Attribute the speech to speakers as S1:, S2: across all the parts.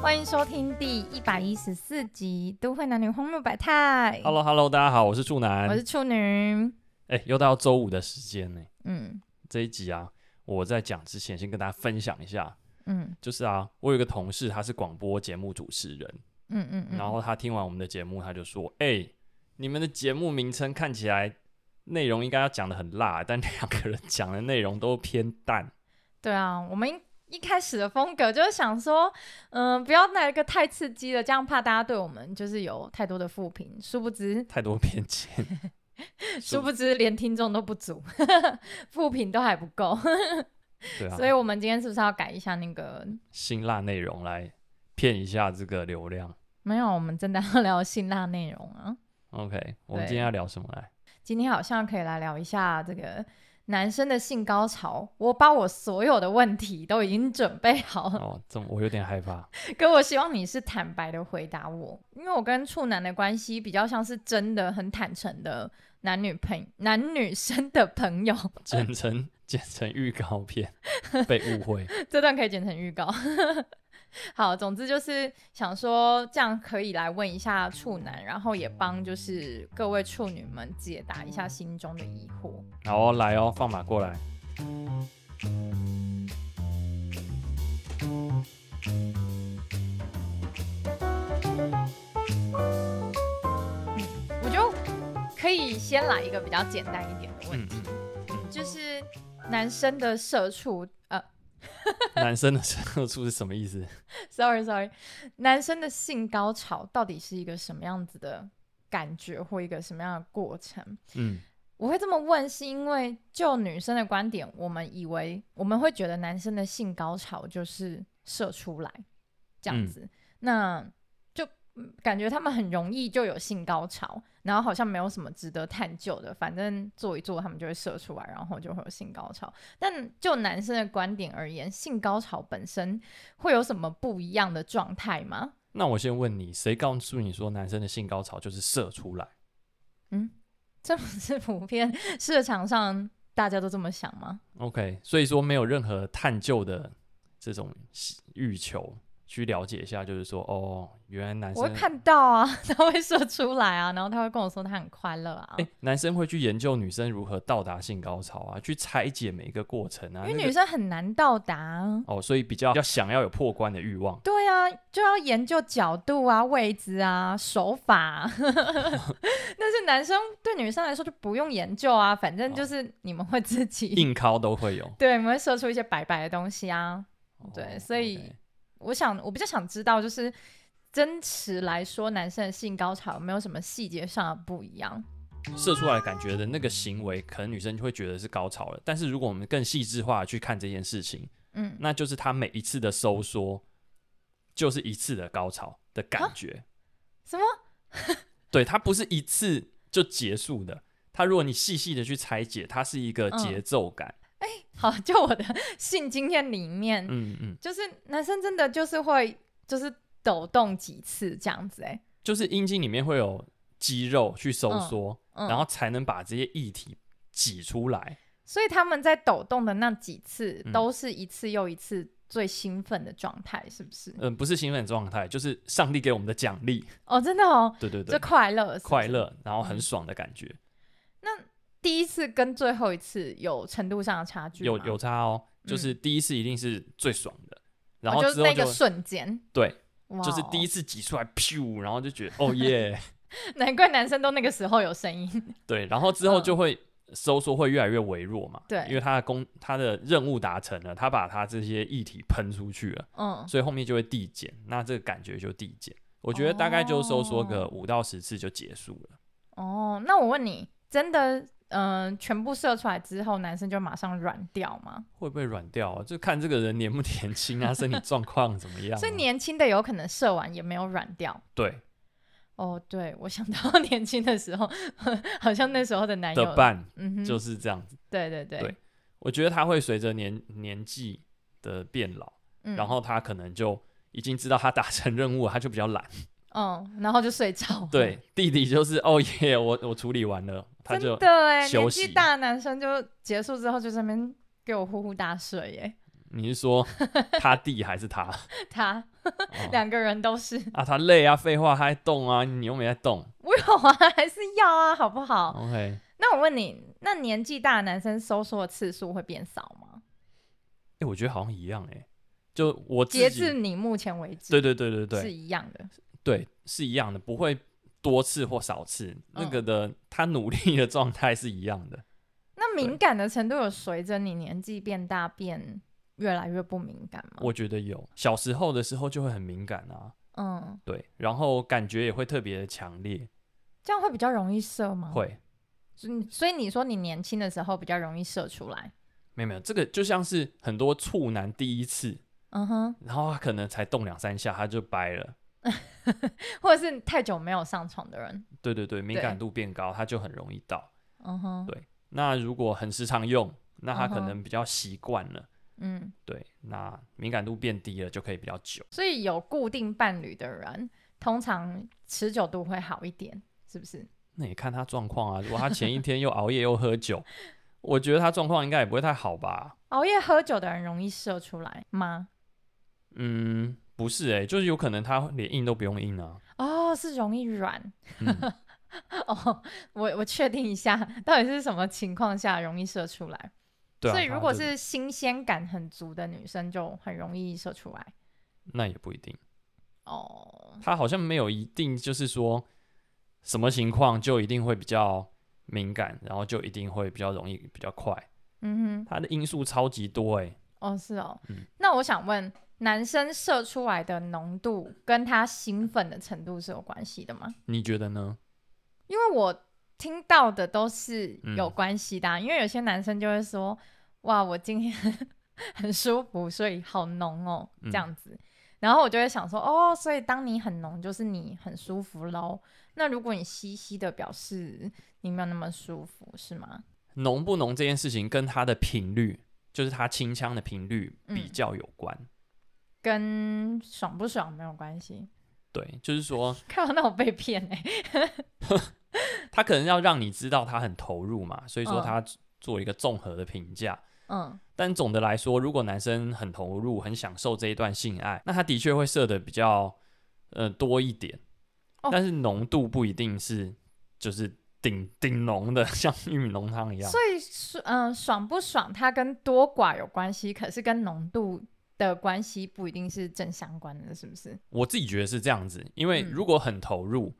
S1: 欢迎收听第一百一十四集《都会男女荒谬百态》。
S2: Hello Hello，大家好，我是处男。
S1: 我是处女。
S2: 哎、又到周五的时间呢。
S1: 嗯
S2: 这一集啊，我在讲之前先跟大家分享一下，
S1: 嗯
S2: 就是啊，我有一个同事，他是广播节目主持人，
S1: 嗯嗯嗯。
S2: 然后他听完我们的节目，他就说：“哎、你们的节目名称看起来内容应该要讲的很辣，但两个人讲的内容都偏淡。
S1: 对啊，我们一开始的风格就是想说，嗯、不要来个太刺激的，这样怕大家对我们就是有太多的负评。殊不知，
S2: 太多偏见。
S1: 殊不知连听众都不足， 负评都还不够。
S2: 对啊，
S1: 所以我们今天是不是要改一下那个？
S2: 辛辣内容来骗一下这个流量。
S1: 没有，我们真的要 聊辛辣内容啊。
S2: OK，我们
S1: 对
S2: 今天要聊什么来？
S1: 今天好像可以来聊一下这个男生的性高潮。我把我所有的问题都已经准备好了，
S2: 哦，这么我有点害怕。
S1: 可我希望你是坦白的回答我，因为我跟处男的关系比较像是真的很坦诚的男女朋男女生的朋友，
S2: 剪成剪成预告片， 被误会。
S1: 这段可以剪成预告。 好，总之就是想说，这样可以来问一下处男，然后也帮就是各位处女们解答一下心中的疑惑。
S2: 好哦、来哦，放马过来。
S1: 我就可以先来一个比较简单一点的问
S2: 嗯
S1: 题，
S2: 嗯，
S1: 就是男生的社畜，呃
S2: 男生的社畜是什么意思？
S1: ，sorry sorry，男生的性高潮到底是一个什么样子的感觉或一个什么样的过程？
S2: 嗯，
S1: 我会这么问，是因为就女生的观点，我们以为我们会觉得男生的性高潮就是射出来这样子，那就嗯感觉他们很容易就有性高潮，然后好像没有什么值得探究的，反正做一做他们就会射出来，然后就会有性高潮。但就男生的观点而言，性高潮本身会有什么不一样的状态吗？
S2: 那我先问你，谁告诉你说男生的性高潮就是射出来？
S1: 嗯，这不是普遍市场上大家都这么想吗？
S2: OK，所以说没有任何探究的这种欲求去了解一下，就是说哦，原来男
S1: 我会
S2: 生
S1: 看到啊， 他会射出来啊，然后他会跟我说他很快乐啊，
S2: 哎、男生会去研究女生如何到达性高潮啊，去拆解每一个过程啊，
S1: 因为
S2: 那
S1: 女
S2: 个
S1: 生很难到达啊。
S2: 哦，所以比较要想要有破关的 欲望。
S1: 对啊，就要研究角度啊、位置啊、手法、啊， 但是男生对女生来说就不用研究啊，反正就是你们会自己，
S2: 哦硬靠都会有，
S1: 对，你们会射出一些白白的东西啊。对
S2: 哦
S1: 所以
S2: OK
S1: 我想，我比较想知道，就是真实来说，男生的性高潮有没有什么细节上的不一样？
S2: 射出来感觉的那个行为，可能女生就会觉得是高潮了。但是如果我们更细致化地去看这件事情，
S1: 嗯，
S2: 那就是她每一次的收缩，就是一次的高潮的感觉。
S1: 什么？
S2: 对，它不是一次就结束的。它如果你细细的去拆解，它是一个
S1: 嗯
S2: 节奏感。
S1: 好，就我的性经验里面，
S2: 嗯嗯，
S1: 就是男生真的就是会就是抖动几次这样子哎、
S2: 就是阴茎里面会有肌肉去收缩，
S1: 嗯嗯
S2: 然后才能把这些液体挤出来。
S1: 所以他们在抖动的那几次、
S2: 嗯
S1: 都是一次又一次最兴奋的状态，是不是？
S2: 嗯，不是兴奋状态，就是上帝给我们的奖励。
S1: 哦，真的哦，
S2: 对对
S1: 这
S2: 对，
S1: 快乐是不是
S2: 快。乐，然后
S1: 嗯
S2: 很爽的感觉。
S1: 第一次跟最后一次有程度上的差距
S2: 有
S1: 吗
S2: 有，差哦，就是第一次一定是最爽的，然
S1: 嗯哦
S2: 后
S1: 就
S2: 之
S1: 是
S2: 后
S1: 那
S2: 就、
S1: 个瞬间，
S2: 对，
S1: 哇
S2: 就是
S1: 哦
S2: 第一，次挤出来，噗，然后就觉得哦 耶，
S1: 难怪男生都那个时候有声音。
S2: 对，然后之后
S1: 嗯
S2: 就会收缩会越来越微弱嘛，
S1: 对
S2: 因为他的工他的任务达成了，他把他这些液体喷出去了，
S1: 嗯，
S2: 所以后面就会递减，那这个感觉就递减。我觉得大概就收缩个五到十次就结束了。
S1: 哦，那我问你，真的，嗯、全部射出来之后，男生就马上软掉吗？
S2: 会不会软掉、啊？就看这个人年不年轻啊，身体状况怎么样、啊。
S1: 所以年轻的有可能射完也没有软掉
S2: 对
S1: 哦，对，我想到 年轻的时候，好像那时候的男友
S2: 的，伴
S1: 嗯哼，
S2: 就是这样子。
S1: 对对对，
S2: 对我觉得他会随着年年纪的变老，
S1: 嗯
S2: 然后他可能就已经知道他达成任务了，他就比 较懒。
S1: 嗯，然后就睡着。，
S2: 对，弟弟就是哦耶，我我处理完了，他就
S1: 真的哎，
S2: 休
S1: 年
S2: 息
S1: 纪大的男生就结束之后就在那边给我呼呼大睡耶，
S2: 你是说他弟还 是他？
S1: 他
S2: 哦、
S1: 两个人都是，
S2: 啊，他累啊，废话，他在动啊，你又没在动。
S1: 我有啊， 还是要啊，好不好？
S2: OK，
S1: 那我问你，那年纪大的男生收缩的次数会变少吗？
S2: 哎、我觉得好像一样哎、就我自
S1: 截
S2: 己
S1: 至你目前为止，
S2: 对对对对
S1: 是
S2: 对
S1: 一样的。
S2: 对，是一样的，不会多次或少次，那
S1: 嗯
S2: 个的他努力的状态是一样的。
S1: 那敏感的程度有随着你年纪变大变越来越不敏感吗？
S2: 我觉得有，小时候的时候就会很敏感啊，
S1: 嗯，
S2: 对，然后感觉也会特别的强烈，
S1: 这样会比较容易射吗？，
S2: 会，
S1: 所以所以你说你年轻的时候比较容易射出来，
S2: 没有没有，这个就像是很多处男第一次，
S1: 嗯哼，
S2: 然后他可能才动两三下他就掰了，
S1: 或者是太久没有上床的人，
S2: 对对对，敏
S1: 对
S2: 感度变高，他就很容易到。
S1: 嗯哼，
S2: 对那如果很时常用，那他
S1: 嗯
S2: 可
S1: 哼
S2: 能比较习惯了，
S1: 嗯，
S2: 对，那敏感度变低了就可以比较久。
S1: 所以有固定伴侣的人，通常持久度会好一点，是不是？
S2: 那也看他状况啊，如果他前一天又熬夜又喝酒，我觉得他状况应该也不会太好吧。
S1: 熬夜喝酒的人容易射出来吗？
S2: 嗯，不是诶、就是有可能他连硬都不用硬啊。
S1: 哦，是容易软
S2: 嗯
S1: 哦。我我确定一下，到底是什么情况下容易射出来？
S2: 对啊，
S1: 所以如
S2: 他
S1: 果
S2: 就是
S1: 新鲜感很足的女生，就很容易射出来
S2: 那也不一定，
S1: 哦。
S2: 他好像没有一定就是说什么情况就一定会比较敏感，然后就一定会比较容易比较快，
S1: 嗯哼，
S2: 他的因素超级多欸诶、
S1: 哦是哦。
S2: 嗯
S1: 那我想问，男生射出来的浓度跟他兴奋的程度是有关系的吗？
S2: 你觉得呢？
S1: 因为我听到的都是
S2: 嗯
S1: 有关系的啊、因为有些男生就会说：“哇，我今天 很舒服，所以好浓哦，
S2: 嗯
S1: 这样子。然后我就会想说：“哦，所以当你很浓，就是你很舒服喽。那如果你稀稀的，表示你没有那么舒服，是吗
S2: 浓不浓这件事情跟他的频率，就是他清腔的频率比
S1: 嗯
S2: 较有关。？”
S1: 跟爽不爽没有关系，
S2: 对，就是说
S1: 看到那种被骗哎、
S2: 他可能要让你知道他很投入嘛，所以说
S1: 嗯
S2: 他做一个综合的评价。
S1: 嗯
S2: 但总的来说，如果男生很投入、很享受这一段性爱，那他的确会射的比较呃多一点，
S1: 哦
S2: 但是浓度不一定是就是顶顶浓的， 像玉米浓汤一样
S1: 所。以是嗯、爽不爽它跟多寡有关系，可是跟浓度的关系不一定是正相关的，是不是？
S2: 我自己觉得是这样子，因为
S1: 嗯
S2: 如果很投入，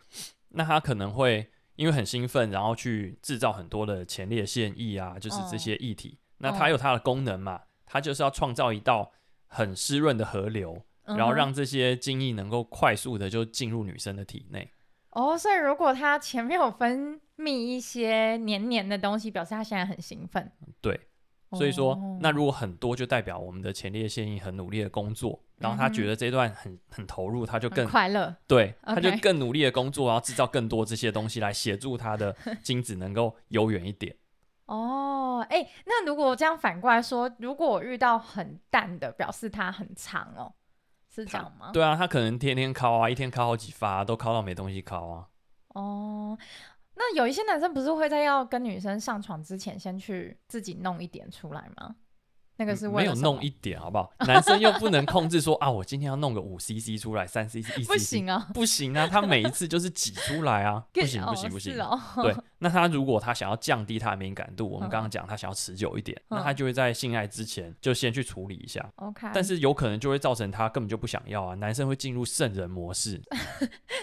S2: 那他可能会因为很兴奋，然后去制造很多的前列腺液啊，就是这
S1: 哦
S2: 些液体。那它
S1: 哦
S2: 有它的功能嘛，它就是要创造一道很湿润的河流，
S1: 嗯
S2: 然后
S1: 哼
S2: 让这些精液能够快速的就进入女生的体内。
S1: 哦，所以如果他前面有分泌一些黏黏的东西，表示他现在很兴奋。
S2: 对，所以说，
S1: 哦
S2: 那如果很多，就代表我们的前列腺液很努力的工作，然后他
S1: 嗯哼
S2: 觉得这段很很投入，他就
S1: 很
S2: 更
S1: 快乐，
S2: 对，他就
S1: OK
S2: 更努力的工作，然后制造更多这些东西来协助他的 精子能够悠远一点。
S1: 哦，哎、那如果这样反过来说，如果我遇到很淡的，表示它很长哦，是这
S2: 它
S1: 样吗？
S2: 对啊，他可能天天敲啊，一天敲好几发啊、都敲到没东西敲啊。
S1: 哦，那有一些男生不是会在要跟女生上床之前，先去自己弄一点出来吗？那个是
S2: 嗯
S1: 为
S2: 没
S1: 了
S2: 有
S1: 什
S2: 弄
S1: 么
S2: 一点，好不好？男生又不能控制说啊，我今天要弄个五 CC 出来，三 CC 一 CC
S1: 不行啊，
S2: 不行啊，他每一次就是挤出 来啊，不行不
S1: 哦
S2: 行不行
S1: 是。哦，
S2: 对，那他如果他想要降低他的敏感度，我
S1: 嗯
S2: 们刚刚讲他想要持久一点，
S1: 嗯
S2: 那他就会在性爱之前就先去处理一下。
S1: ，OK，
S2: 但是有可能就会造成他根本就不想要啊，男生会进入圣人模式，
S1: 嗯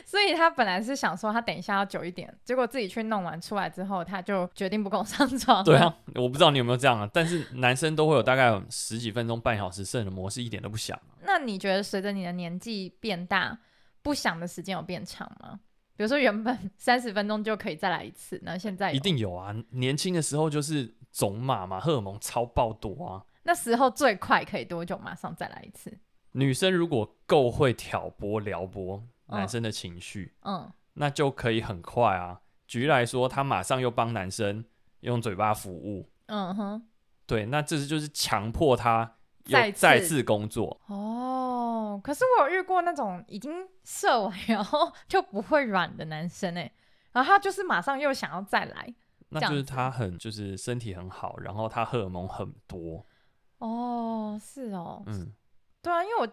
S1: 所以他本来是想说他等一下要久一点，结果自己去弄完出来之后，他就决定不跟我上床。
S2: 对，啊，我不知道你有没有这样啊，但是男生都会有大概有十几分钟、半小时圣人模式，一点都不想啊。
S1: 那你觉得随着你的年纪变大，不想的时间有变长吗？比如说原本 三十分钟就可以再来一次，那现在有
S2: 一定有啊，年轻的时候就是种马嘛，荷尔蒙超爆多啊。
S1: 那时候最快可以多久马上再来一次？
S2: 女生如果够会挑拨撩拨
S1: 嗯
S2: 男生的情绪，
S1: 嗯，
S2: 那就可以很快啊。举例来说，他马上又帮男生用嘴巴服务，
S1: 嗯哼，
S2: 对，那这就是强迫他又
S1: 再次
S2: 再次工作，
S1: 哦，可是我有遇过那种已经射完 然后就不会软的男生哎，然后他就是马上又想要再来，
S2: 那
S1: 这
S2: 就
S1: 样
S2: 是
S1: 子
S2: 他很就是身体很好，然后他荷尔蒙很多，
S1: 哦，是哦，
S2: 嗯，
S1: 对啊，因为我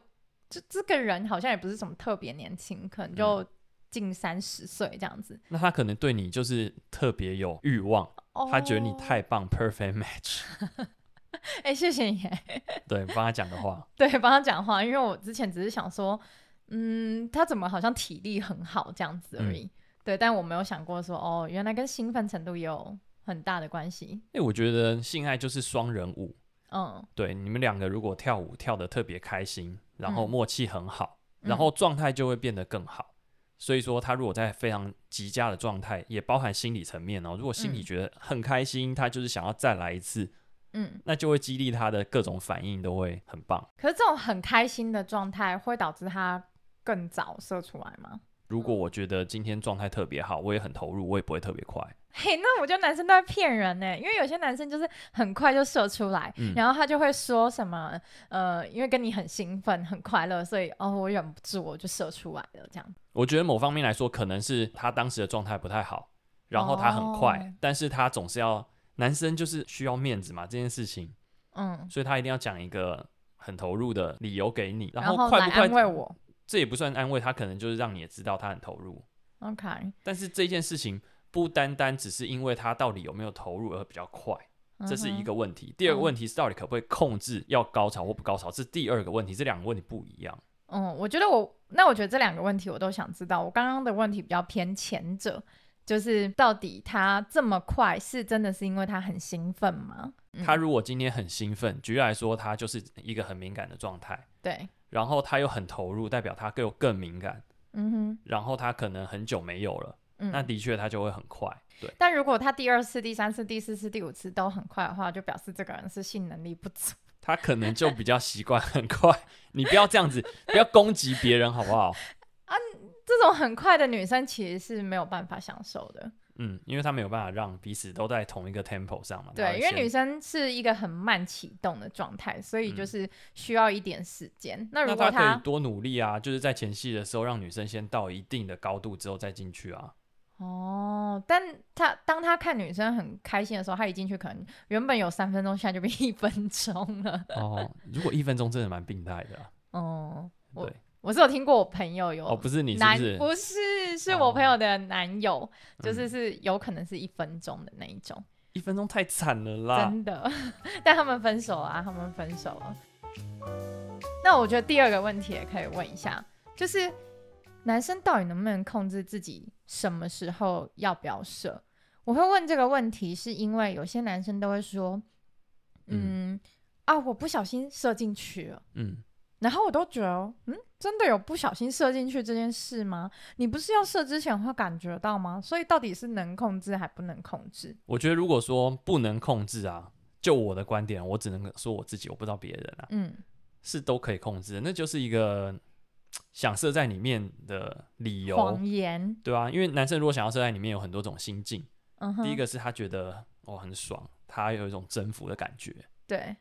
S1: 这这个人好像也不是什么特别年轻，
S2: 嗯
S1: 可能就近三十岁这样子。
S2: 那他可能对你就是特别有欲望，
S1: 哦，
S2: 他觉得你太棒，perfect match，
S1: 哎、谢谢你欸，
S2: 对，帮他讲的话，
S1: 对，帮他讲话，因为我之前只是想说，嗯，他怎么好像体力很好这样
S2: 嗯
S1: 子而已。对，但我没有想过说，哦，原来跟兴奋程度也有很大的关系。
S2: 哎、我觉得性爱就是双人舞，
S1: 嗯，
S2: 对，你们两个如果跳舞跳得特别开心，然后
S1: 嗯
S2: 默契很好，
S1: 嗯
S2: 然后状态就会变得更好。所以说，他如果在非常极佳的状态，也包含心理层面哦。如果心里
S1: 嗯
S2: 觉得很开心，他就是想要再来一次，
S1: 嗯，
S2: 那就会激励他的各种反应都会很棒。
S1: 可是这种很开心的状态会导致他更早射出来吗？
S2: 如果我觉得今天状态特别好，我也很投入，我也不会特别快。
S1: 嘿，那我觉得男生都在骗人呢，因为有些男生就是很快就射出来，
S2: 嗯
S1: 然后他就会说什么，呃，因为跟你很兴奋、很快乐，所以哦，我忍不住我就射出来了，这样。
S2: 我觉得某方面来说，可能是他当时的状态不太好，然后他很快，
S1: 哦
S2: 但是他总是要男生就是需要面子嘛，这件事情，
S1: 嗯，
S2: 所以他一定要讲一个很投入的理由给你，
S1: 然
S2: 后快
S1: 来
S2: 不快
S1: 安慰我。
S2: 这也不算安慰，他可能就是让你也知道他很投入。
S1: OK，嗯
S2: 但是这件事情不单单只是因为他到底有没有投入而比较快，这是
S1: 嗯
S2: 一
S1: 哼。
S2: 个问题。第二个
S1: 嗯
S2: 问题是到底可不可以控制要高潮或不高潮，这是第二个问题，这两个问题不一样。
S1: 嗯，我觉得我那我觉得这两个问题我都想知道。我刚刚的问题比较偏前者，就是到底他这么快是真的是因为他很兴奋吗？嗯
S2: 他如果今天很兴奋，举例来说，他就是一个很敏感的状态，
S1: 对，
S2: 然后他又很投入，代表他更更敏感，
S1: 嗯哼，
S2: 然后他可能很久没有了，
S1: 嗯。
S2: 那的确他就会很快。对，
S1: 但如果他第二次、第三次、第四次、第五次都很快的话，就表示这个人是性能力不足。
S2: 他可能就比较习惯很快。你不要这样子，不要攻击别人好不好？
S1: 这种很快的女生其实是没有办法享受的，
S2: 嗯，因为他没有办法让彼此都在同一个 tempo 上嘛。他
S1: 对，
S2: 会
S1: 因为
S2: 先
S1: 女生是一个很慢启动的状态，所以
S2: 嗯
S1: 就是需要一点时间。那
S2: 那
S1: 如
S2: 他
S1: 果
S2: 可以
S1: 她
S2: 多努力啊，就是在前戏的时候让女生先到一定的高度之后再进去啊。
S1: 哦，但她当她看女生很开心的时候，她一进去可能原本有三分钟，现在就变一分钟了。
S2: 哦，如果一分钟真的蛮病态的啊、
S1: 哦，我
S2: 对，
S1: 我是有听过我朋友有
S2: 哦，不是你是
S1: 男
S2: 不是？哦
S1: 不是，是我朋友的男友，就是
S2: 嗯
S1: 是有可能是一分钟的那一种，
S2: 一分钟太惨了啦。
S1: 真的。 但他们分手啊，他们分手了。那我觉得第二个问题也可以问一下，就是男生到底能不能控制自己什么时候要不要射？我会问这个问题，是因为有些男生都会说，嗯啊，我不小心射进去了。
S2: 嗯，
S1: 然后我都觉得，嗯，真的有不小心射进去这件事吗？你不是要射之前会感觉到吗？所以到底是能控制还不能控制？
S2: 我觉得如果说不能控制啊，就我的观点，我只能说我自己，我不知道别人啊，
S1: 嗯
S2: 是都可以控制的，那就是一个嘖想射在里面的理由
S1: 谎。言，
S2: 对啊，因为男生如果想要射在里面，有很多种心境。
S1: 嗯哼，
S2: 第一个是他觉得哦很爽，他有一种征服的感觉，
S1: 对，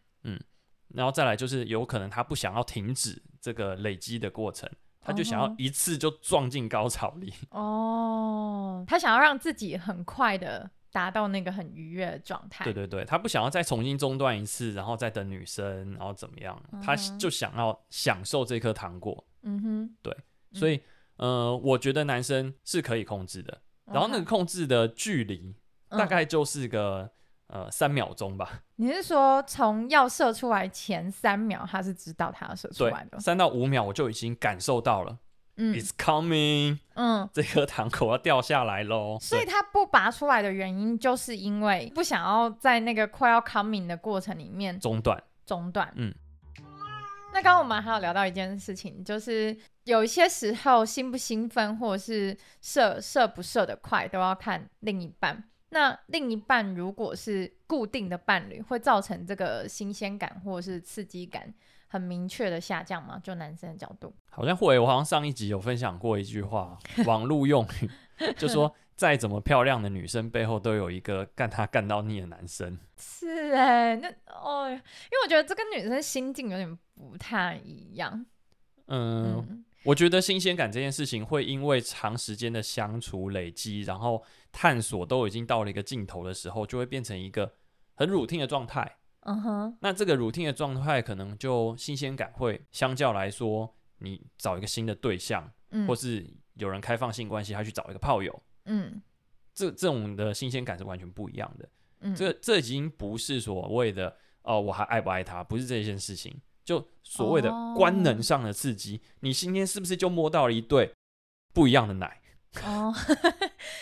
S2: 然后再来就是有可能他不想要停止这个累积的过程，他就想要
S1: 嗯哼
S2: 一次就撞进高潮里。
S1: 哦，他想要让自己很快的达到那个很愉悦的状态，
S2: 对对对，他不想要再重新中断一次，然后再等女生，然后怎么样，他
S1: 嗯哼
S2: 就想要享受这颗糖果。
S1: 嗯哼，嗯
S2: 所以，呃，我觉得男生是可以控制的，然后那个
S1: OK
S2: 控制的距离
S1: 嗯
S2: 大概就是个、呃三秒钟吧，
S1: 你是说从要射出来前三秒，他是知道他要射出
S2: 对
S1: 来的，，
S2: 三到五秒我就已经感受到了、
S1: 嗯
S2: i t s coming。
S1: 嗯，
S2: 这颗糖果要掉下来喽。
S1: 所以
S2: 对
S1: 他不拔出来的原因，就是因为不想要在那个快要 coming 的过程里面
S2: 中断，
S1: 中断。
S2: 嗯，
S1: 那刚刚我们还有聊到一件事情，就是有一些时候兴不兴奋，或者是射射不射得快，都要看另一半。那另一半如果是固定的伴侣，会造成这个新鲜感或者是刺激感很明确的下降嘛？就男生的角度，
S2: 好像会，我好像上一集有分享过一句话，网络用语，就说再怎么漂亮的女生背后都有一个干她干到腻的男生。
S1: 是哎、那哦，因为我觉得这跟女生心境有点不太一样。
S2: 嗯，
S1: 嗯
S2: 我觉得新鲜感这件事情会因为长时间的相处累积，然后探索都已经到了一个尽头的时候，就会变成一个很 routine 的状态。
S1: 嗯哼，
S2: 那这个 routine 的状态，可能就新鲜感会相较来说，你找一个新的对象，
S1: 嗯
S2: 或是有人开放性关系，他去找一个炮友，
S1: 嗯
S2: 这这种的新鲜感是完全不一样的。
S1: 嗯，
S2: 这这已经不是所谓的哦、我还爱不爱他，不是这件事情，就所谓的
S1: 哦
S2: 官能上的刺激。你今天是不是就摸到了一对不一样的奶？
S1: 哦，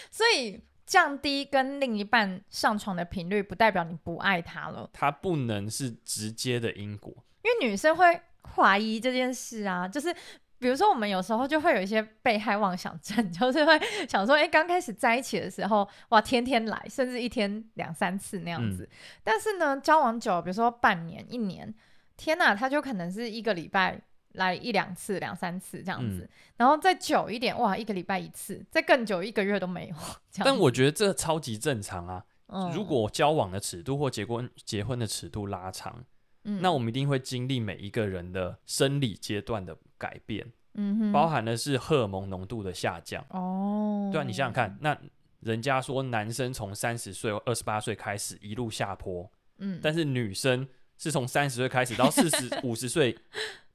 S1: 所以降低跟另一半上床的频率，不代表你不爱他了，
S2: 它不能是直接的因果。
S1: 因为女生会怀疑这件事啊，就是。比如说，我们有时候就会有一些被害妄想症，就是会想说，哎、刚开始在一起的时候，哇，天天来，甚至一天两三次那样子。但是呢，交往久了，比如说半年、一年，天呐，他就可能是一个礼拜来一两次、两三次这样子。然后再久一点，哇，一个礼拜一次，再更久，一个月都没有。这样
S2: 但我觉得这超级正常啊！
S1: 嗯
S2: 如果交往的尺度或结婚结婚的尺度拉长，
S1: 嗯
S2: 那我们一定会经历每一个人的生理阶段的改变，
S1: 嗯哼
S2: 包含的是荷尔蒙浓度的下降。
S1: 哦，
S2: 对啊，你想想，看，那人家说男生从三十岁、二十八岁开始一路下坡，
S1: 嗯，
S2: 但是女生是从三十岁开始到 四十五十岁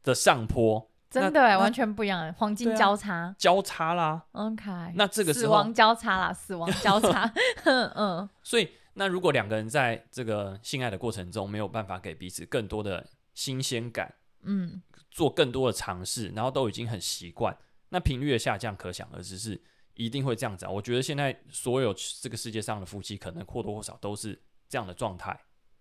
S2: 的上坡，
S1: 真的耶欸
S2: 那
S1: 完全不一样耶，黄金
S2: 对啊
S1: 交叉
S2: 交叉啦。
S1: ，OK，
S2: 那这个
S1: 死
S2: 时候
S1: 亡，交叉啦，死亡交 叉，嗯嗯
S2: 所以那如果两个人在这个性爱的过程中没有办法给彼此更多的新鲜感，
S1: 嗯，
S2: 做更多的尝试，然后都已经很习惯，那频率的下降可想而知是一定会这样子啊。我觉得现在所有这个世界上的夫妻，可能或多或少都是这样的状态。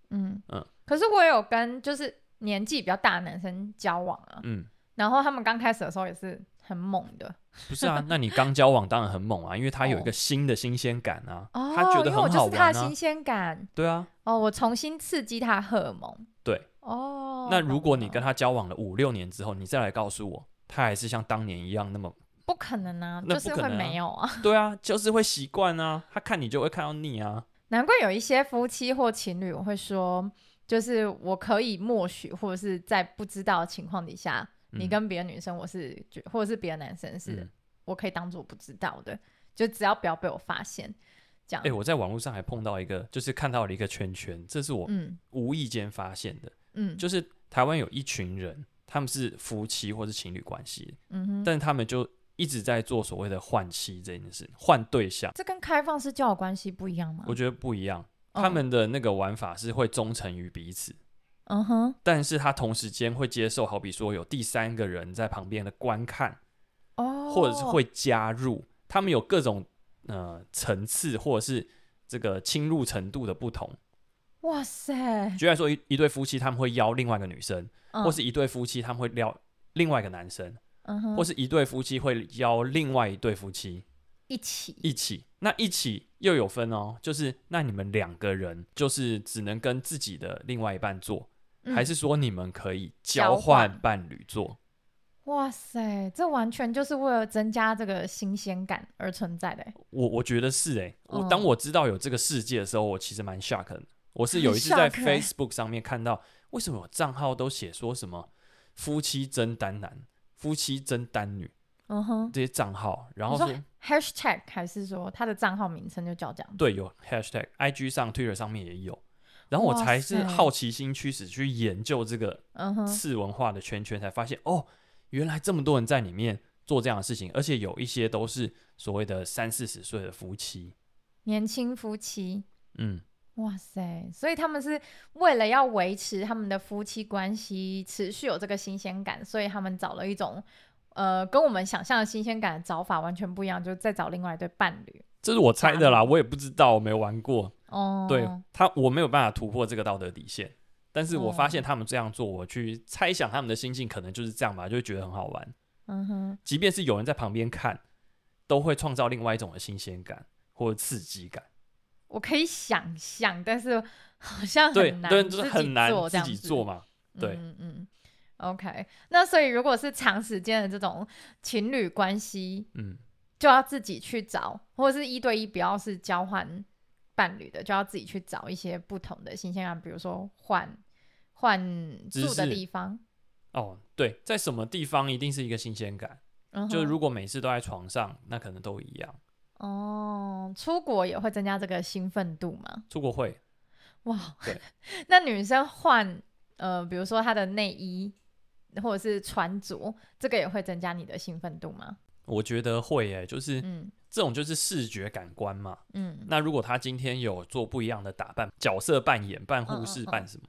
S1: 嗯
S2: 嗯
S1: 可是我有跟就是年纪比较大的男生交往啊，
S2: 嗯。
S1: 然后他们刚开始的时候也是很猛的，
S2: 不是啊，那 你刚交往当然很猛啊，因为他有一
S1: 哦
S2: 个新的新鲜感啊，
S1: 哦，
S2: 他觉得
S1: 因为我
S2: 很
S1: 就
S2: 好
S1: 是他
S2: 玩
S1: 的
S2: 啊
S1: 新，鲜感，
S2: 对啊。
S1: 哦，我重新刺激他荷尔蒙，
S2: 对，
S1: 哦，
S2: 那如果你跟
S1: 他
S2: 他交往了五六年之后，你再来告诉我，他还是像当年一样那么，
S1: 不可能啊，就
S2: 那不
S1: 是
S2: 可
S1: 会
S2: 能啊
S1: 没有啊，
S2: 对啊，就是会习惯啊，他看你就会看到腻啊，
S1: 难怪有一些夫妻或情侣，我会说，就是我可以默许，或者是在不知道的情况底下，
S2: 嗯
S1: 你跟别的女生，我是觉，或者是别的男生是，
S2: 嗯
S1: 我可以当做不知道的，就只要不要被我发现，这样。
S2: 哎、我在网络上还碰到一个，就是看到了一个圈圈，这是我
S1: 嗯
S2: 无意间发现的，
S1: 嗯，
S2: 就是台湾有一群人，他们是夫妻或是情侣关系，
S1: 嗯哼，
S2: 但他们就一直在做所谓的换妻这件事，换对象。
S1: 这跟开放式交友关系不一样吗？
S2: 我觉得不一样。
S1: 啊嗯
S2: 他们的那个玩法是会忠诚于彼此，
S1: 嗯哼，
S2: 但是他同时间会接受，好比说有第三个人在旁边的观看，
S1: 哦，
S2: 或者是会加入。他们有各种呃层次，或者是这个侵入程度的不同。
S1: 哇塞，
S2: 举例来说，一一对夫妻他们会邀另外一个女生，
S1: 嗯
S2: 或是一对夫妻他们会邀另外一个男生，
S1: 嗯哼，
S2: 或是一对夫妻会邀另外一对夫妻。
S1: 一起
S2: 一起，那一起又有分哦，就是那你们两个人就是只能跟自己的另外一半做，
S1: 嗯
S2: 还是说你们可以
S1: 交
S2: 交
S1: 换
S2: 换伴侣做？
S1: 哇塞，这完全就是为了增加这个新鲜感而存在的欸。
S2: 我我觉得是诶、欸我、
S1: 哦
S2: 当我知道有这个世界的时候，我其实蛮 shock 的。我是有一次在
S1: shock 欸
S2: Facebook 上面看到，为什么有账号都写说什么夫妻争单男、夫妻争单女
S1: 嗯哼，
S2: 这些账号，然后
S1: 你说
S2: 说
S1: hashtag 还是说他的账号名称就叫这样？
S2: 对有 hashtag、IG 上、Twitter 上面也有，然后我
S1: 哇
S2: 才是
S1: 塞
S2: 好奇心驱使去研究这个
S1: 嗯哼，
S2: 次文化的圈圈，才发现哦，原来这么多人在里面做这样的事情，而且有一些都是所谓的三四十岁的夫妻，
S1: 年轻夫妻，
S2: 嗯，
S1: 哇塞！所以他们是为了要维持他们的夫妻关系，持续有这个新鲜感，所以他们找了一种呃跟我们想象的新鲜感的找法完全不一样，就是再找另外一对伴侣。
S2: 这是我猜的啦，我也不知道，我没玩过，
S1: 哦，
S2: 对他我没有办法突破这个道德底线。但是我
S1: 哦
S2: 发现他们这样做，我去猜想他们的心境可能就是这样吧，就会觉得很好玩。
S1: 嗯哼，
S2: 即便是有人在旁边看，都会创造另外一种的新鲜感或者刺激感。
S1: 我可以想象，但是好像
S2: 对，
S1: 很难
S2: 对，就是
S1: 自己
S2: 很难
S1: 做这
S2: 自
S1: 样
S2: 己
S1: 子
S2: 做嘛。对
S1: 嗯嗯。嗯 OK，那所以如果是长时间的这种情侣关系，
S2: 嗯，
S1: 就要自己去找，或者是一对一，不要是交换伴侣的，就要自己去找一些不同的新鲜感，比如说换换
S2: 知
S1: 住的
S2: 识
S1: 地方，
S2: 哦，对，在什么地方一定是一个新鲜感。
S1: 嗯
S2: 就
S1: 哼
S2: 如果每次都在床上，那可能都一样。
S1: 哦，出国也会增加这个兴奋度嘛？
S2: 出国会，
S1: 哇
S2: 对，
S1: 那女生换呃，比如说她的内衣或者是穿着，这个也会增加你的兴奋度吗？
S2: 我觉得会诶、就是、
S1: 嗯
S2: 这种就是视觉感官嘛。
S1: 嗯，
S2: 那如果他今天有做不一样的打扮、角色扮演、扮护
S1: 嗯
S2: 士、
S1: 嗯嗯
S2: 扮什么，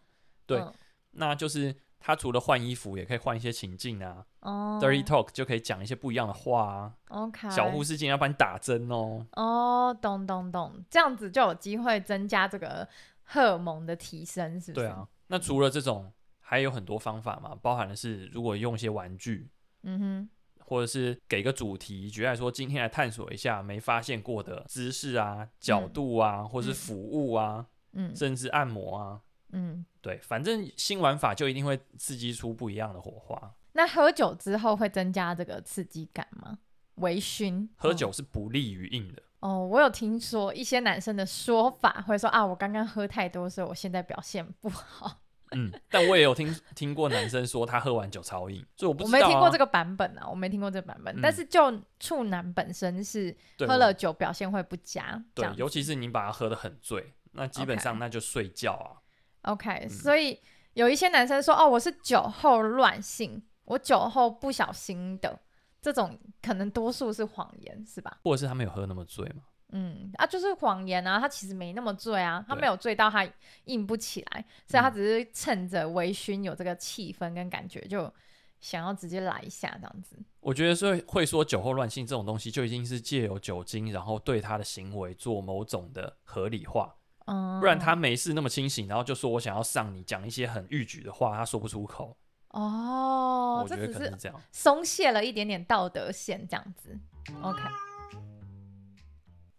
S2: 对
S1: 嗯
S2: 那就是他除了换衣服，也可以换一些情境啊。
S1: 哦
S2: dirty talk 就可以讲一些不一样的话啊。
S1: OK
S2: 小护士竟然要帮你打针哦，
S1: 哦，懂懂懂，这样子就有机会增加这个荷尔蒙的提升，是不
S2: 对
S1: 是？
S2: 啊。那除了这种，还有很多方法嘛，包含的是如果用一些玩具，
S1: 嗯哼，
S2: 或者是给个主题，举例来说，今天来探索一下没发现过的姿势啊、角度啊，或是服务啊，
S1: 嗯
S2: 甚至按摩啊。
S1: 嗯。
S2: 对，反正新玩法就一定会刺激出不一样的火花。
S1: 那喝酒之后会增加这个刺激感吗？微醺，
S2: 喝
S1: 嗯
S2: 酒是不利于硬的，
S1: 哦，我有听说一些男生的说法会说啊，我刚刚喝太多，所以我现在表现不好。
S2: 嗯，但我也有听 听过男生说他喝完酒超硬，所以我不
S1: 我
S2: 知道、
S1: 没
S2: 啊、
S1: 听过这个版本啊，我没听过这个版本。但
S2: 嗯
S1: 是就处男本身是
S2: 对
S1: 喝
S2: 我
S1: 了酒表现会不佳，这
S2: 对
S1: 样，
S2: 尤其是你把它喝得很醉，那基本
S1: OK
S2: 上那就睡觉啊。
S1: OK，、所以有一些男生说哦，我是酒后乱性，我酒后不小心的，这种可能多数是谎言，是吧？
S2: 或者是他没有喝那么醉嘛？
S1: 嗯啊，就是谎言啊，他其实没那么醉啊，他
S2: 对
S1: 没有醉到他硬不起来，所以他
S2: 嗯
S1: 只是趁着微醺有这个气氛跟感觉，就想要直接来一下这样子。
S2: 我觉得所以会说酒后乱性这种东西，就已经是借由酒精，然后对他的行为做某种的合理化，
S1: 嗯，
S2: 不然他没事那么清醒，然后就说我想要上你，讲一些很逾矩的话，他说不出口。
S1: 哦
S2: 我，
S1: 这
S2: 觉得
S1: 只
S2: 可能
S1: 是
S2: 是这样。
S1: 松懈了一点点道德线这样子。OK，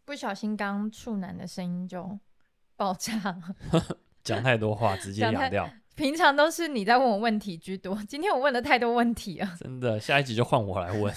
S1: 不小心刚刚处男的声音就爆炸了。
S2: 讲太多话直接
S1: 讲太
S2: 哑掉，
S1: 平常都是你在问我问题居多，今天我问了太多问题了，
S2: 真的，下一集就换我来问。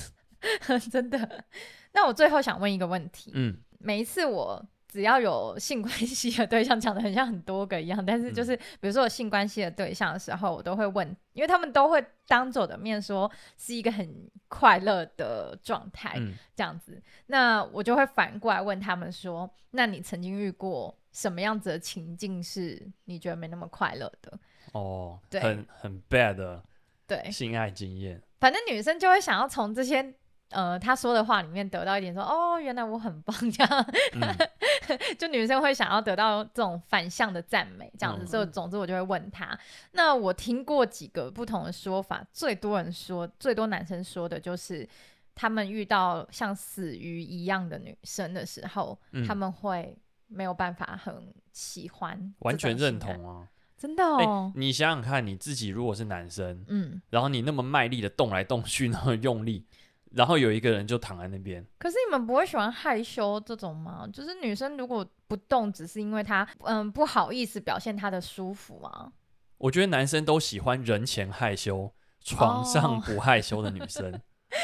S1: 真的。那我最后想问一个问题，
S2: 嗯，
S1: 每一次我只要有性关系的对象，讲的很像很多个一样，但是就是比如说有性关系的对象的时候，我都会问，因为他们都会当着我的面说是一个很快乐的状态
S2: 嗯
S1: 这样子，那我就会反过来问他们说，那你曾经遇过什么样子的情境是你觉得没那么快乐的？
S2: 哦，
S1: 对哎
S2: 很很 bad 的
S1: 对，
S2: 性爱 经验，
S1: 反正女生就会想要从这些。呃，他说的话里面得到一点说，哦，原来我很棒这样，
S2: 嗯，
S1: 就女生会想要得到这种反向的赞美，这样子。
S2: 嗯
S1: 所以总之我就会问他。那我听过几个不同的说法，最多人说，最多男生说的就是，他们遇到像死鱼一样的女生的时候，
S2: 嗯
S1: 他们会没有办法很喜欢，
S2: 完全认，同啊。
S1: 真的
S2: 哎、
S1: 哦，
S2: 你想想看，你自己如果是男生，
S1: 嗯。
S2: 然后你那么卖力的动来动去，那么用力，然后有一个人就躺在那边，
S1: 可是你们不会喜欢害羞这种吗？就是女生如果不动，只是因为她嗯不好意思表现她的舒服啊。
S2: 我觉得男生都喜欢人前害羞，床上
S1: 哦
S2: 不害羞的女生。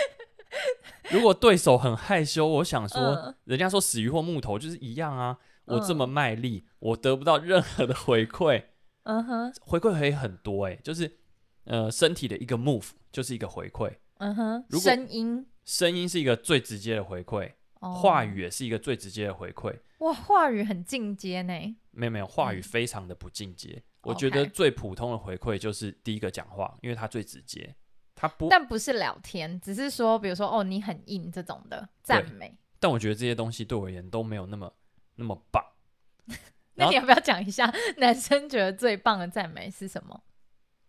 S2: 如果对手很害羞，我想说，
S1: 嗯
S2: 人家说死鱼或木头就是一样啊。我这
S1: 嗯
S2: 么卖力，我得不到任何的回馈，
S1: 嗯哼，
S2: 回馈可以很多诶、就是呃身体的一个 move 就是一个回馈，
S1: 嗯哼，
S2: 如果
S1: 声音
S2: 声音是一个最直接的回馈，
S1: 哦
S2: 话语也是一个最直接的回馈。
S1: 哇，话语很进阶呢。
S2: 没有没有，话语
S1: 嗯
S2: 非常的不进阶。我觉得
S1: OK
S2: 最普通的回馈就是第一个讲话，因为它最直接，它不。但
S1: 但不是聊天，只是说，比如说哦，你很硬这种的赞美。
S2: 我觉得这些东西对我而言都没有那么那么棒。
S1: 那
S2: 然后
S1: 你要不要讲一下，男生觉得最棒的赞美是什么？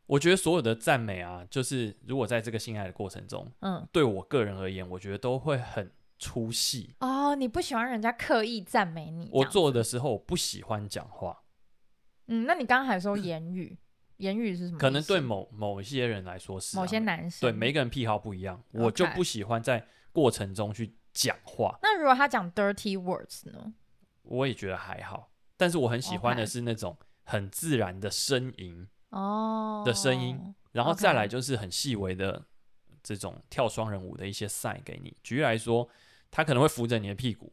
S2: 我觉得所有的赞美啊，就是如果在这个性爱的过程中，
S1: 嗯，
S2: 对我个人而言，我觉得都会很出戏。
S1: 哦，你不喜欢人家刻意赞美你。
S2: 我
S1: 这样，
S2: 做的时候，我不喜欢讲话，
S1: 嗯，那你刚刚还说言语，言语嗯是什么意思？
S2: 可能对某某一些人来说是啊、
S1: 某些男生，
S2: 对每个人癖好不一样，我就
S1: OK
S2: 不喜欢在过程中去讲话。
S1: 那如果他讲 dirty words 呢？
S2: 我也觉得还好，但是我很喜欢的
S1: OK
S2: 是那种很自然的呻吟，
S1: 哦
S2: 的声音然后
S1: OK
S2: 再来就是很细微的这种跳双人舞的一些 sign 给你。举例来说，他可能会扶着你的屁股，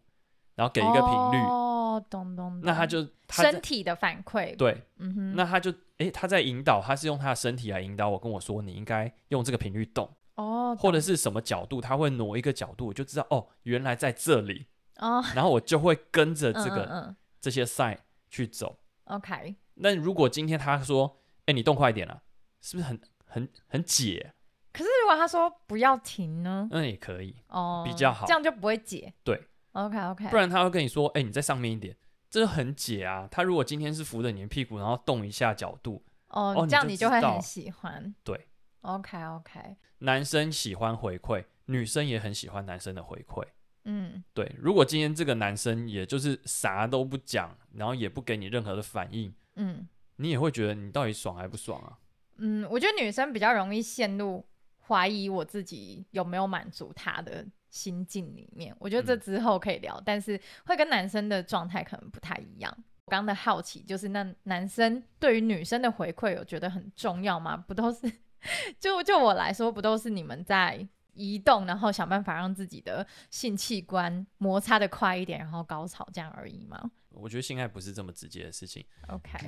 S2: 然后给一个频率，
S1: 哦，懂懂。
S2: 那他
S1: 懂
S2: 就他在
S1: 身体的反馈，，
S2: 对，
S1: 嗯哼，
S2: 那他就诶，他在引导，他是用他的身体来引导我，跟我说你应该用这个频率动，
S1: 哦，
S2: 或者
S1: 懂
S2: 是什么角度，他会挪一个角度，我就知道哦，原来在这 里，
S1: 哦，
S2: 然后我就会跟着
S1: 嗯
S2: 这个、
S1: 嗯嗯
S2: 这些 sign 去走。
S1: ，OK，
S2: 那如果今天他说，诶，你动快一点啊，是不是很很很解？
S1: 可是如啊果他说不要停呢？
S2: 那也可以。
S1: 哦，
S2: 比较好
S1: 这样就不会解。
S2: 对
S1: ，OK OK，
S2: 不然他会跟你说，哎、你在上面一点，这就很解啊。他如果今天是扶着你的屁股，然后动一下角度，
S1: 哦，
S2: 哦你
S1: 这样
S2: 就
S1: 你
S2: 知
S1: 就会
S2: 道
S1: 很喜欢。
S2: 对
S1: ，OK OK，
S2: 男生喜欢回馈，女生也很喜欢男生的回馈。
S1: 嗯，
S2: 对，如果今天这个男生也就是啥都不讲，然后也不给你任何的反应，
S1: 嗯
S2: 你也会觉得你到底爽还不爽啊？
S1: 嗯，我觉得女生比较容易陷入怀疑我自己有没有满足她的心境里面。我觉得这
S2: 嗯
S1: 之后可以聊，但是会跟男生的状态可能不太一样。我刚刚的好奇就是，那男生对于女生的回馈，有觉得很重要吗？不都是 就就我来说，不都是你们在移动，然后想办法让自己的性器官摩擦的快一点，然后高潮这样而已吗？
S2: 我觉得性爱不是这么直接的事情。
S1: OK。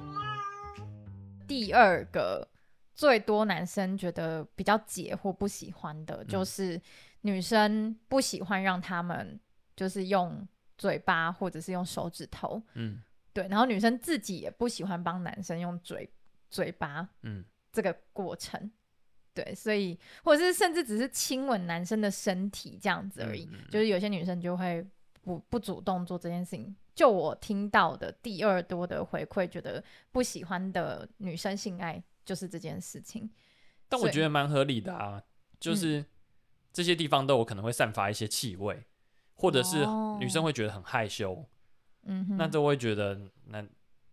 S1: 第二个最多男生觉得比较解或不喜欢的，就
S2: 嗯
S1: 是女生不喜欢让他们就是用嘴巴或者是用手指头，
S2: 嗯
S1: 对，然后女生自己也不喜欢帮男生用嘴嘴巴
S2: 嗯，
S1: 这个过程。对，所以或者是甚至只是亲吻男生的身体这样子而已，
S2: 嗯嗯嗯
S1: 就是有些女生就会不不主动做这件事情。就我听到的第二多的回馈，觉得不喜欢的女生性爱就是这件事情。
S2: 但我
S1: 所以嗯
S2: 觉得蛮合理的啊，就是这些地方都有可能会散发一些气味，或者是
S1: 哦
S2: 女生会觉得很害羞。
S1: 嗯哼，
S2: 那就会觉得那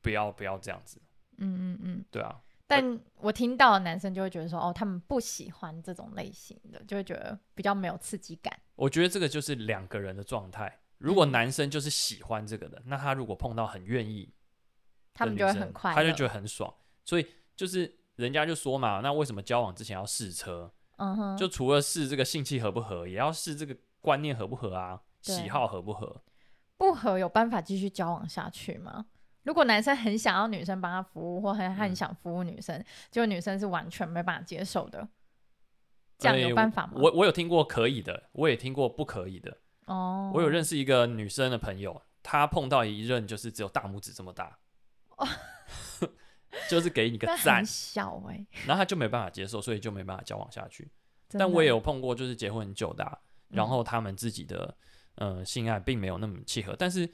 S2: 不要不要这样子，
S1: 嗯嗯嗯。
S2: 对啊，
S1: 但我听到的男生就会觉得说，哦，他们不喜欢这种类型的，就会觉得比较没有刺激感。
S2: 我觉得这个就是两个人的状态。如果
S1: 嗯
S2: 男生就是喜欢这个的，那他如果碰到很愿意的
S1: 他们
S2: 女
S1: 就会
S2: 生
S1: 很快乐，
S2: 他就觉得很爽。所以就是人家就说嘛，那为什么交往之前要试车？
S1: 嗯哼，
S2: 就除了试这个性气合不合，也要试这个观念合不合啊，
S1: 对
S2: 喜好合不合。
S1: 不合有办法继续交往下去吗？如果男生很想要女生帮他服务，或很很
S2: 嗯
S1: 想服务女生，结果女生是完全没办法接受的，这样
S2: 哎
S1: 有办法吗？
S2: 我我有听过可以的，我也听过不可以的。
S1: 哦，
S2: 我有认识一个女生的朋友，她碰到一任就是只有大拇指这么大， 就是给你个
S1: 但
S2: 赞
S1: 很，小哎、
S2: 然后她就没办法接受，所以就没办法交往下去。
S1: 真的
S2: 但我也有碰过，就是结婚很久的啊、然
S1: 嗯
S2: 后他们自己的呃性爱并没有那么契合，但是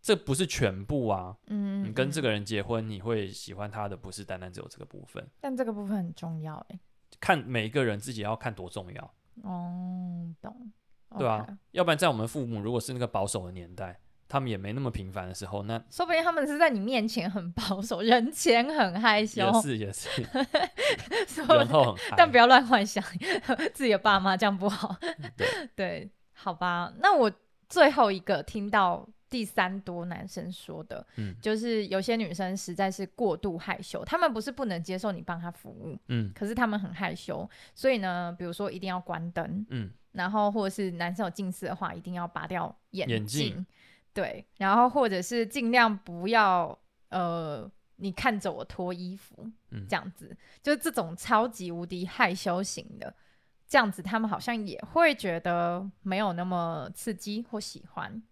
S2: 这不是全部啊。
S1: 嗯，
S2: 你跟这
S1: 个，
S2: 个人结婚，你会喜欢他的不是单单只有这个部分，
S1: 但这个部分很重要哎、
S2: 看每一个人自己要看多重要，
S1: 哦，懂，
S2: 对啊
S1: OK
S2: 要不然在我们父母如果是那个保守的年代，他们也没那么频繁的时候，那
S1: 说不定他们是在你面前很保守，人前很害羞，
S2: 也是也是，
S1: 所以
S2: 人后很嗨
S1: 但不要乱幻想自己的爸妈，这样不好。
S2: 嗯对
S1: 对好吧。那我最后一个听到第三多男生说的，
S2: 嗯
S1: 就是有些女生实在是过度害羞，她们不是不能接受你帮她服务，
S2: 嗯
S1: 可是她们很害羞，所以呢，比如说一定要关灯，
S2: 嗯，
S1: 然后或者是男生有近视的话，一定要拔掉眼
S2: 眼镜
S1: 镜，对，然后或者是尽量不要呃，你看着我脱衣服，
S2: 嗯
S1: 这样子，就是这种超级无敌害羞型的，这样子他们好像也会觉得没有那么刺激或喜欢，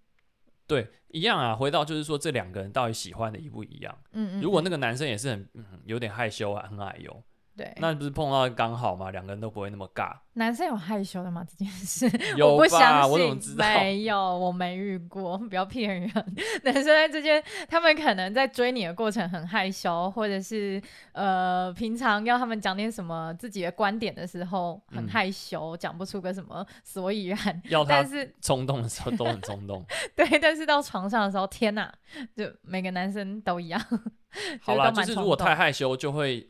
S2: 对，一样啊。回到就是说，这两个人到底喜欢的一不一样？
S1: 嗯嗯，
S2: 如果
S1: 嗯
S2: 那个男生也是很、嗯、有点害羞啊，很矮油，
S1: 对，
S2: 那不是碰到刚好嘛，两个人都不会那么尬。
S1: 男生有害羞的吗？这件事
S2: 有
S1: 我不相
S2: 吧？
S1: 信，
S2: 我怎么知道？
S1: 没有，我没遇过，不要骗人。男生在之间，他们可能在追你的过程很害羞，或者是呃，平常要他们讲点什么自己的观点的时候很
S2: 嗯
S1: 害羞，讲、不出个什么所以然。
S2: 要他
S1: 但是
S2: 冲动的时候都很冲 动。
S1: 对，但是到床上的时候，天哪，就每个男生都一样。
S2: 好啦，
S1: 都
S2: 就
S1: 蛮
S2: 是
S1: 冲
S2: 如果
S1: 动
S2: 太害羞，就会、嗯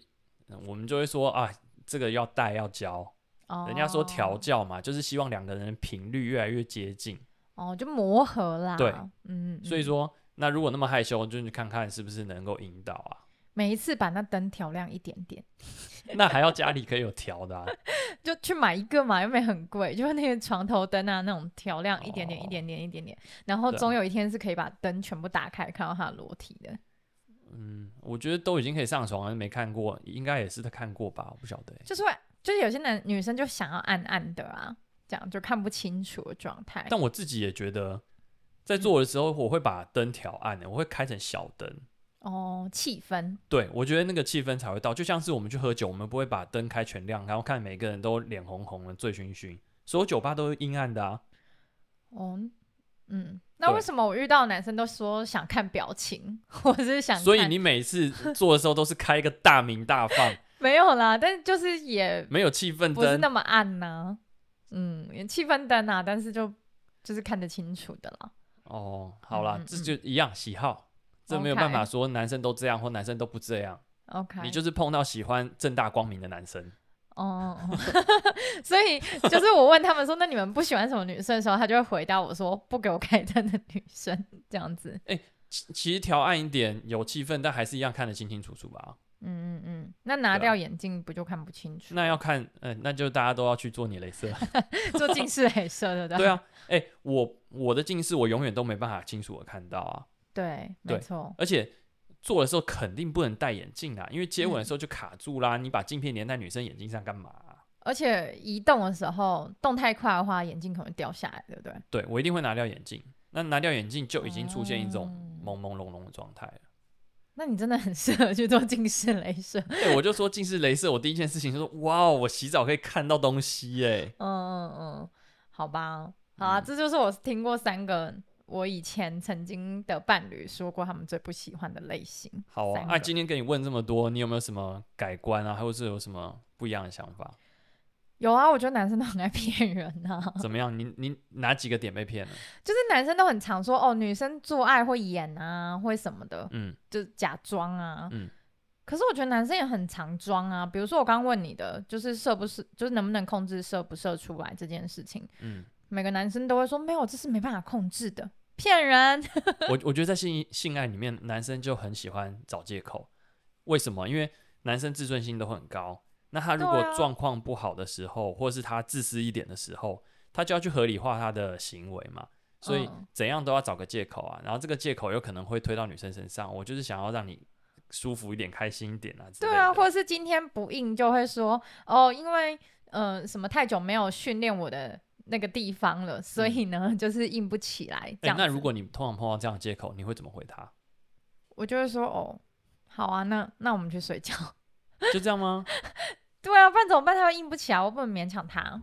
S2: 我们就会说啊，这个要带要教。
S1: 哦
S2: 人家说调教嘛，就是希望两个人的频率越来越接近。
S1: 哦，就磨合啦。
S2: 对
S1: 嗯，嗯，
S2: 所以说，那如果那么害羞，就去看看是不是能够引导啊。
S1: 每一次把那灯调亮一点点，
S2: 那还要家里可以有调的啊。
S1: 就去买一个嘛，又没很贵，就是那个床头灯啊，那种调亮一点点、一点点、一点点，然后
S2: 对啊
S1: 总有一天是可以把灯全部打开，看到他的裸体的。
S2: 嗯，我觉得都已经可以上床了，没看过，应该也是他看过吧？我不晓得欸、
S1: 就是会，就是有些男女生就想要暗暗的啊，这样就看不清楚的状态。
S2: 但我自己也觉得，在做的时候我会把灯调暗、欸，我会开成小灯。
S1: 哦，气氛，
S2: 对，我觉得那个气氛才会到，就像是我们去喝酒，我们不会把灯开全亮，然后看每个人都脸红红的、醉醺醺，所有酒吧都是阴暗的啊。
S1: 哦，嗯，那为
S2: 对
S1: 什么我遇到的男生都说想看表情， 我是想看，
S2: 所以你每次做的时候都是开一个大明大放，
S1: 没有啦，但就是也
S2: 没有气氛
S1: 不是
S2: 灯
S1: 那。么暗呐、嗯，也气氛灯啊，但是就就是看得清楚的啦。
S2: 哦，好啦，
S1: 嗯嗯
S2: 这就一样喜好，这没有
S1: OK
S2: 办法说男生都这样或男生都不这样，
S1: OK，
S2: 你就是碰到喜欢正大光明的男生。
S1: 哦， 哦 所以就是我问他们说，那你们不喜欢什么女生的时候，他就会回答我说，不给我开灯的女生这样子。
S2: 其其实调暗一点有气氛，但还是一样看得清清楚楚吧。
S1: 嗯嗯嗯，那拿
S2: 对啊
S1: 掉眼镜不就看不清 楚？
S2: 那要看，嗯、那就大家都要去做你镭射。
S1: 做近视雷射，对不对？
S2: 啊对啊，哎、我我的近视我永远都没办法清楚的看到啊，
S1: 对，没
S2: 对
S1: 错。
S2: 而且做的时候肯定不能戴眼镜啊，因为接吻的时候就卡住啦，你把镜片粘在女生眼睛上干嘛啊、
S1: 而且移动的时候动太快的话，眼镜可能会掉下来，对不对？
S2: 对我一定会拿掉眼镜，那拿掉眼镜就已经出现一种
S1: 哦
S2: 朦朦胧胧的状态了。
S1: 那你真的很适合去做近视雷射。
S2: 哎、我就说近视雷射，我第一件事情就说，哇哦，我洗澡可以看到东西耶、
S1: 嗯嗯嗯，好吧，好
S2: 嗯
S1: 啊，这就是我听过三个我以前曾经的伴侣说过他们最不喜欢的类型。
S2: 好啊
S1: 三，
S2: 啊，
S1: 个
S2: 今天跟你问这么多，你有没有什么改观啊，或者是有什么不一样的想法？
S1: 有啊，我觉得男生都很爱骗人呐、
S2: 怎么样？你你哪几个点被骗了？
S1: 就是男生都很常说哦，女生做爱会演啊，会什么的，
S2: 嗯，
S1: 就是假装啊。
S2: 嗯
S1: 可是我觉得男生也很常装啊，比如说我刚问你的，就是射不射，就是能不能控制射不射出来这件事情，
S2: 嗯，
S1: 每个男生都会说没有，这是没办法控制的，骗人。
S2: 我我觉得在性性爱里面，男生就很喜欢找借口。为什么？因为男生自尊心都很高，那他如果
S1: 对啊
S2: 状况不好的时候，或是他自私一点的时候，他就要去合理化他的行为嘛。所以
S1: 嗯
S2: 怎样都要找个借口啊，然后这个借口有可能会推到女生身上。我就是想要让你舒服一点、开心一点啊之
S1: 对
S2: 类的。
S1: 啊，或者是今天不硬就会说哦，因为呃什么太久没有训练我的那个地方了，所以呢、就是硬不起来这
S2: 嗯哎、
S1: 样子、
S2: 那如果你通常碰到这样的借口，你会怎么回他？
S1: 我就会说哦，好啊，那那我们去睡觉。
S2: 就这样吗？
S1: 对啊，不然怎么办？他又硬不起来，我不能勉强他。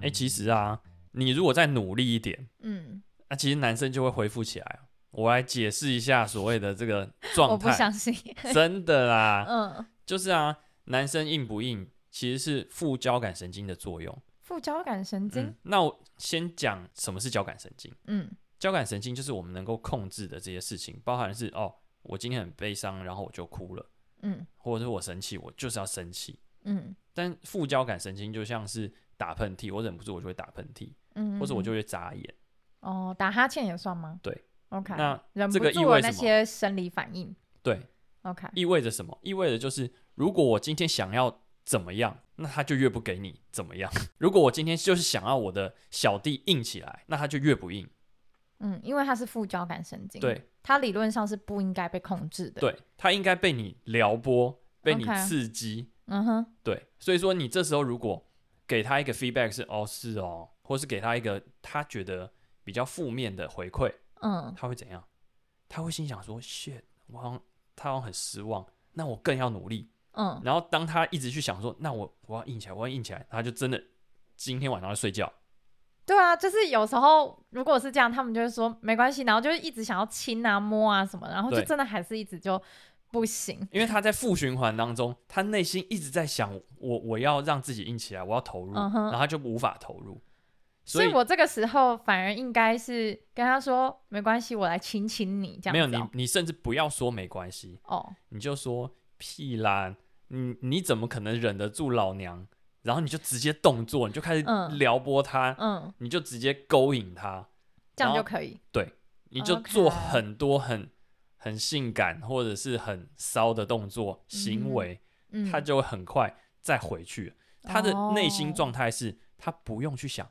S2: 哎、其实啊，你如果再努力一点，
S1: 嗯，
S2: 那、其实男生就会恢复起来。啊我来解释一下所谓的这个状
S1: 我不
S2: 态，
S1: 相信。
S2: 真的啦，
S1: 嗯，
S2: 就是啊，男生硬不硬其实是副交感神经的作用。
S1: 副交感神经
S2: 嗯，，那我先讲什么是交感神经。
S1: 嗯
S2: 交感神经就是我们能够控制的这些事情，包含是哦，我今天很悲伤，然后我就哭了，
S1: 嗯
S2: 或者是我生气，我就是要生气。
S1: 嗯
S2: 但副交感神经就像是打喷嚏，我忍不住我就会打喷嚏，
S1: 嗯，
S2: 或者我
S1: 嗯
S2: 就会眨眼。
S1: 哦，打哈欠也算吗？
S2: 对
S1: ，OK。
S2: 那
S1: 忍
S2: 这
S1: 不
S2: 个意
S1: 住
S2: 味
S1: 的
S2: 什
S1: 那
S2: 么
S1: 些生理反应
S2: 对，
S1: ，OK。
S2: 意味着什么？意味着就是如果我今天想要怎么样，那他就越不给你怎么样； 如果我今天就是想要我的小弟硬起来，那他就越不硬。
S1: 嗯，因为它是副交感神经，
S2: 对，
S1: 它理论上是不应该被控制的。，
S2: 对，他应该被你撩拨，被你
S1: OK
S2: 刺激。
S1: 嗯哼，
S2: 对，所以说你这时候如果给他一个 feedback 是哦是哦，或是给他一个他觉得比较负面的回馈，
S1: 嗯，
S2: 他会怎样？他会心想说 shit，我好像他好像很失望，那我更要努力。
S1: 嗯，
S2: 然后当他一直去想说，那我我要硬起来，我要硬起来，他就真的今天晚上要睡觉。
S1: 对啊，就是有时候如果是这样，他们就会说没关系，然后就是一直想要亲啊、摸啊什么，然后就
S2: 对
S1: 真的还是一直就不行。
S2: 因为他在负循环当中，他内心一直在想我我要让自己硬起来，我要投入
S1: 嗯哼
S2: 然后他就无法投入。
S1: 所
S2: 以
S1: 我这个时候反而应该是跟他说没关系，我来亲亲你这样
S2: 没有
S1: 子
S2: 你
S1: 哦、，
S2: 你甚至不要说没关系，
S1: 哦，
S2: 你就说屁啦，你你怎么可能忍得住老娘？然后你就直接动作，你就开始
S1: 嗯
S2: 撩拨他，
S1: 嗯，
S2: 你就直接勾引他，
S1: 这样
S2: 然后
S1: 就可以。
S2: 你就
S1: OK
S2: 做很多很很性感或者是很骚的动作行为，
S1: 嗯，
S2: 他就会很快再回去了。他的内心
S1: 哦
S2: 状态是，他不用去想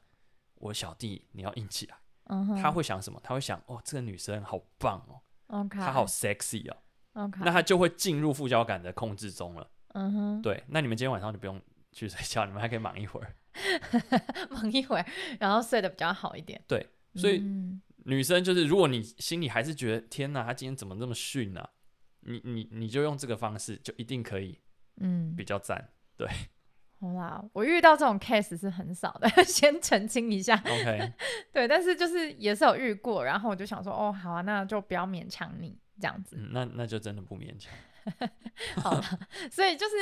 S2: 我小弟你要硬起来，
S1: 嗯哼
S2: 他会想什么？他会想哦，这个女生好棒哦，
S1: OK，
S2: 她好 sexy 哦，
S1: OK，
S2: 那他就会进入副交感的控制中了。
S1: 嗯哼，
S2: 对，那你们今天晚上就不用去睡觉，你们还可以忙一会儿。
S1: 忙一会儿，然后睡得比较好一点，
S2: 对，所以
S1: 嗯
S2: 女生就是，如果你心里还是觉得天哪，她今天怎么那么逊呢、你你你就用这个方式，就一定可以
S1: 嗯
S2: 比，较赞。
S1: 好啦，我遇到这种 case 是很少的， 先澄清一下，
S2: OK，
S1: 对，但是就是也是有遇过，然后我就想说，哦，好啊，那就不要勉强你这样子，
S2: 嗯那那就真的不勉强。
S1: 好啦， 所以就是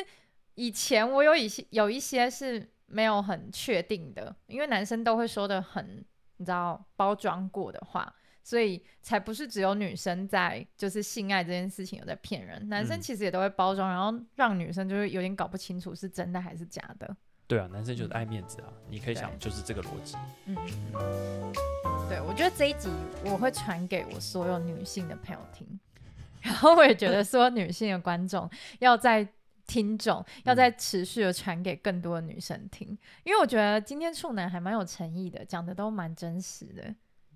S1: 以前我有一些有一些是没有很确定的，因为男生都会说的很，你知道包装过的话，所以才不是只有女生在就是性爱这件事情有在骗人，男生
S2: 嗯
S1: 其实也都会包装，然后让女生就是有点搞不清楚是真的还是假的。
S2: 对啊，男生就是爱面子啊，你可以想就是这个逻辑。
S1: 嗯，对，我觉得这一集我会传给我所有女性的朋友听，然后我也觉得所有女性的观众要在。听众要再
S2: 嗯
S1: 持续的传给更多的女生听，因为我觉得今天处男还蛮有诚意的，讲的都蛮真实的。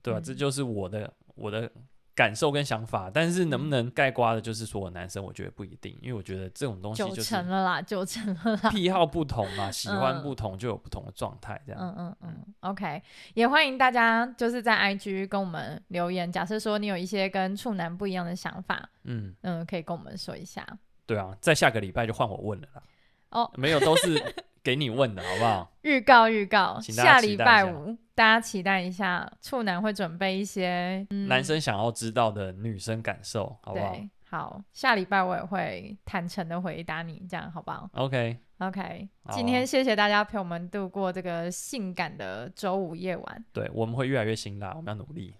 S2: 对啊，
S1: 嗯
S2: 这就是我的我的感受跟想法。但是
S1: 嗯
S2: 能不能盖瓜的，就是说我男生，我觉得不一定，因为我觉得这种东西
S1: 九
S2: 就是
S1: 成了啦，九成了啦。
S2: 癖好不同嘛，喜欢
S1: 嗯
S2: 不同就有不同的状态，这样。
S1: 嗯嗯嗯，OK，也欢迎大家就是在 IG 跟我们留言。假设说你有一些跟处男不一样的想法，
S2: 嗯，
S1: 嗯，可以跟我们说一下。
S2: 对啊，在下个礼拜就换我问了啦。
S1: 哦
S2: 没有，都是给你问的好不好？
S1: 预告预告，
S2: 请大家
S1: 下
S2: 期
S1: 礼
S2: 待一
S1: 拜
S2: 下
S1: 五大家期待一下，处男会准备一些，嗯，
S2: 男生想要知道的女生感受，好不好
S1: 对，好，下礼拜我也会坦诚的回答你，这样好不好
S2: ？OK，
S1: ？OK，
S2: 好啊
S1: 今天谢谢大家陪我们度过这个性感的周五夜晚，
S2: 对，我们会越来越辛辣，我们要努力。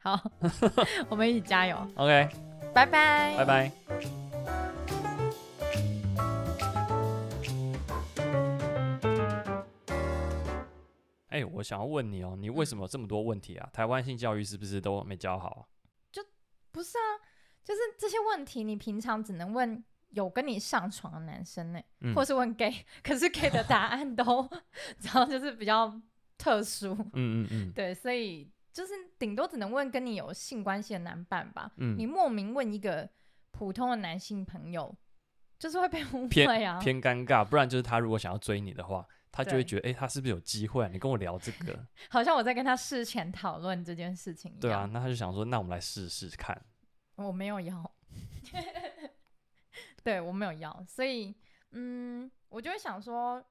S1: 好， 我们一起加 油，
S2: OK，
S1: 拜拜，
S2: 拜拜。哎、我想要问你哦，你为什么有这么多问题啊？台湾性教育是不是都没教好啊？
S1: 不是啊，就是这些问题，你平常只能问有跟你上床的男生呢、
S2: 嗯
S1: 或是问 gay，可是 gay 的答案都， 然后就是比较特殊，
S2: 嗯嗯
S1: 对，所以就是顶多只能问跟你有性关系的男伴吧。
S2: 嗯
S1: 你
S2: 嗯，
S1: 莫名问一个普通的男性朋友，就是会被误会
S2: 偏
S1: 啊。
S2: 偏尴尬，不然就是他如果想要追你的话，他就会
S1: 对
S2: 觉得，哎、他是不是有机会、啊？你跟我聊这个，
S1: 好像我在跟他事前讨论这件事情一样。
S2: 对啊，那他就想说，那我们来试试看。
S1: 我没有要， 对我没有要，所以嗯，我就会想说，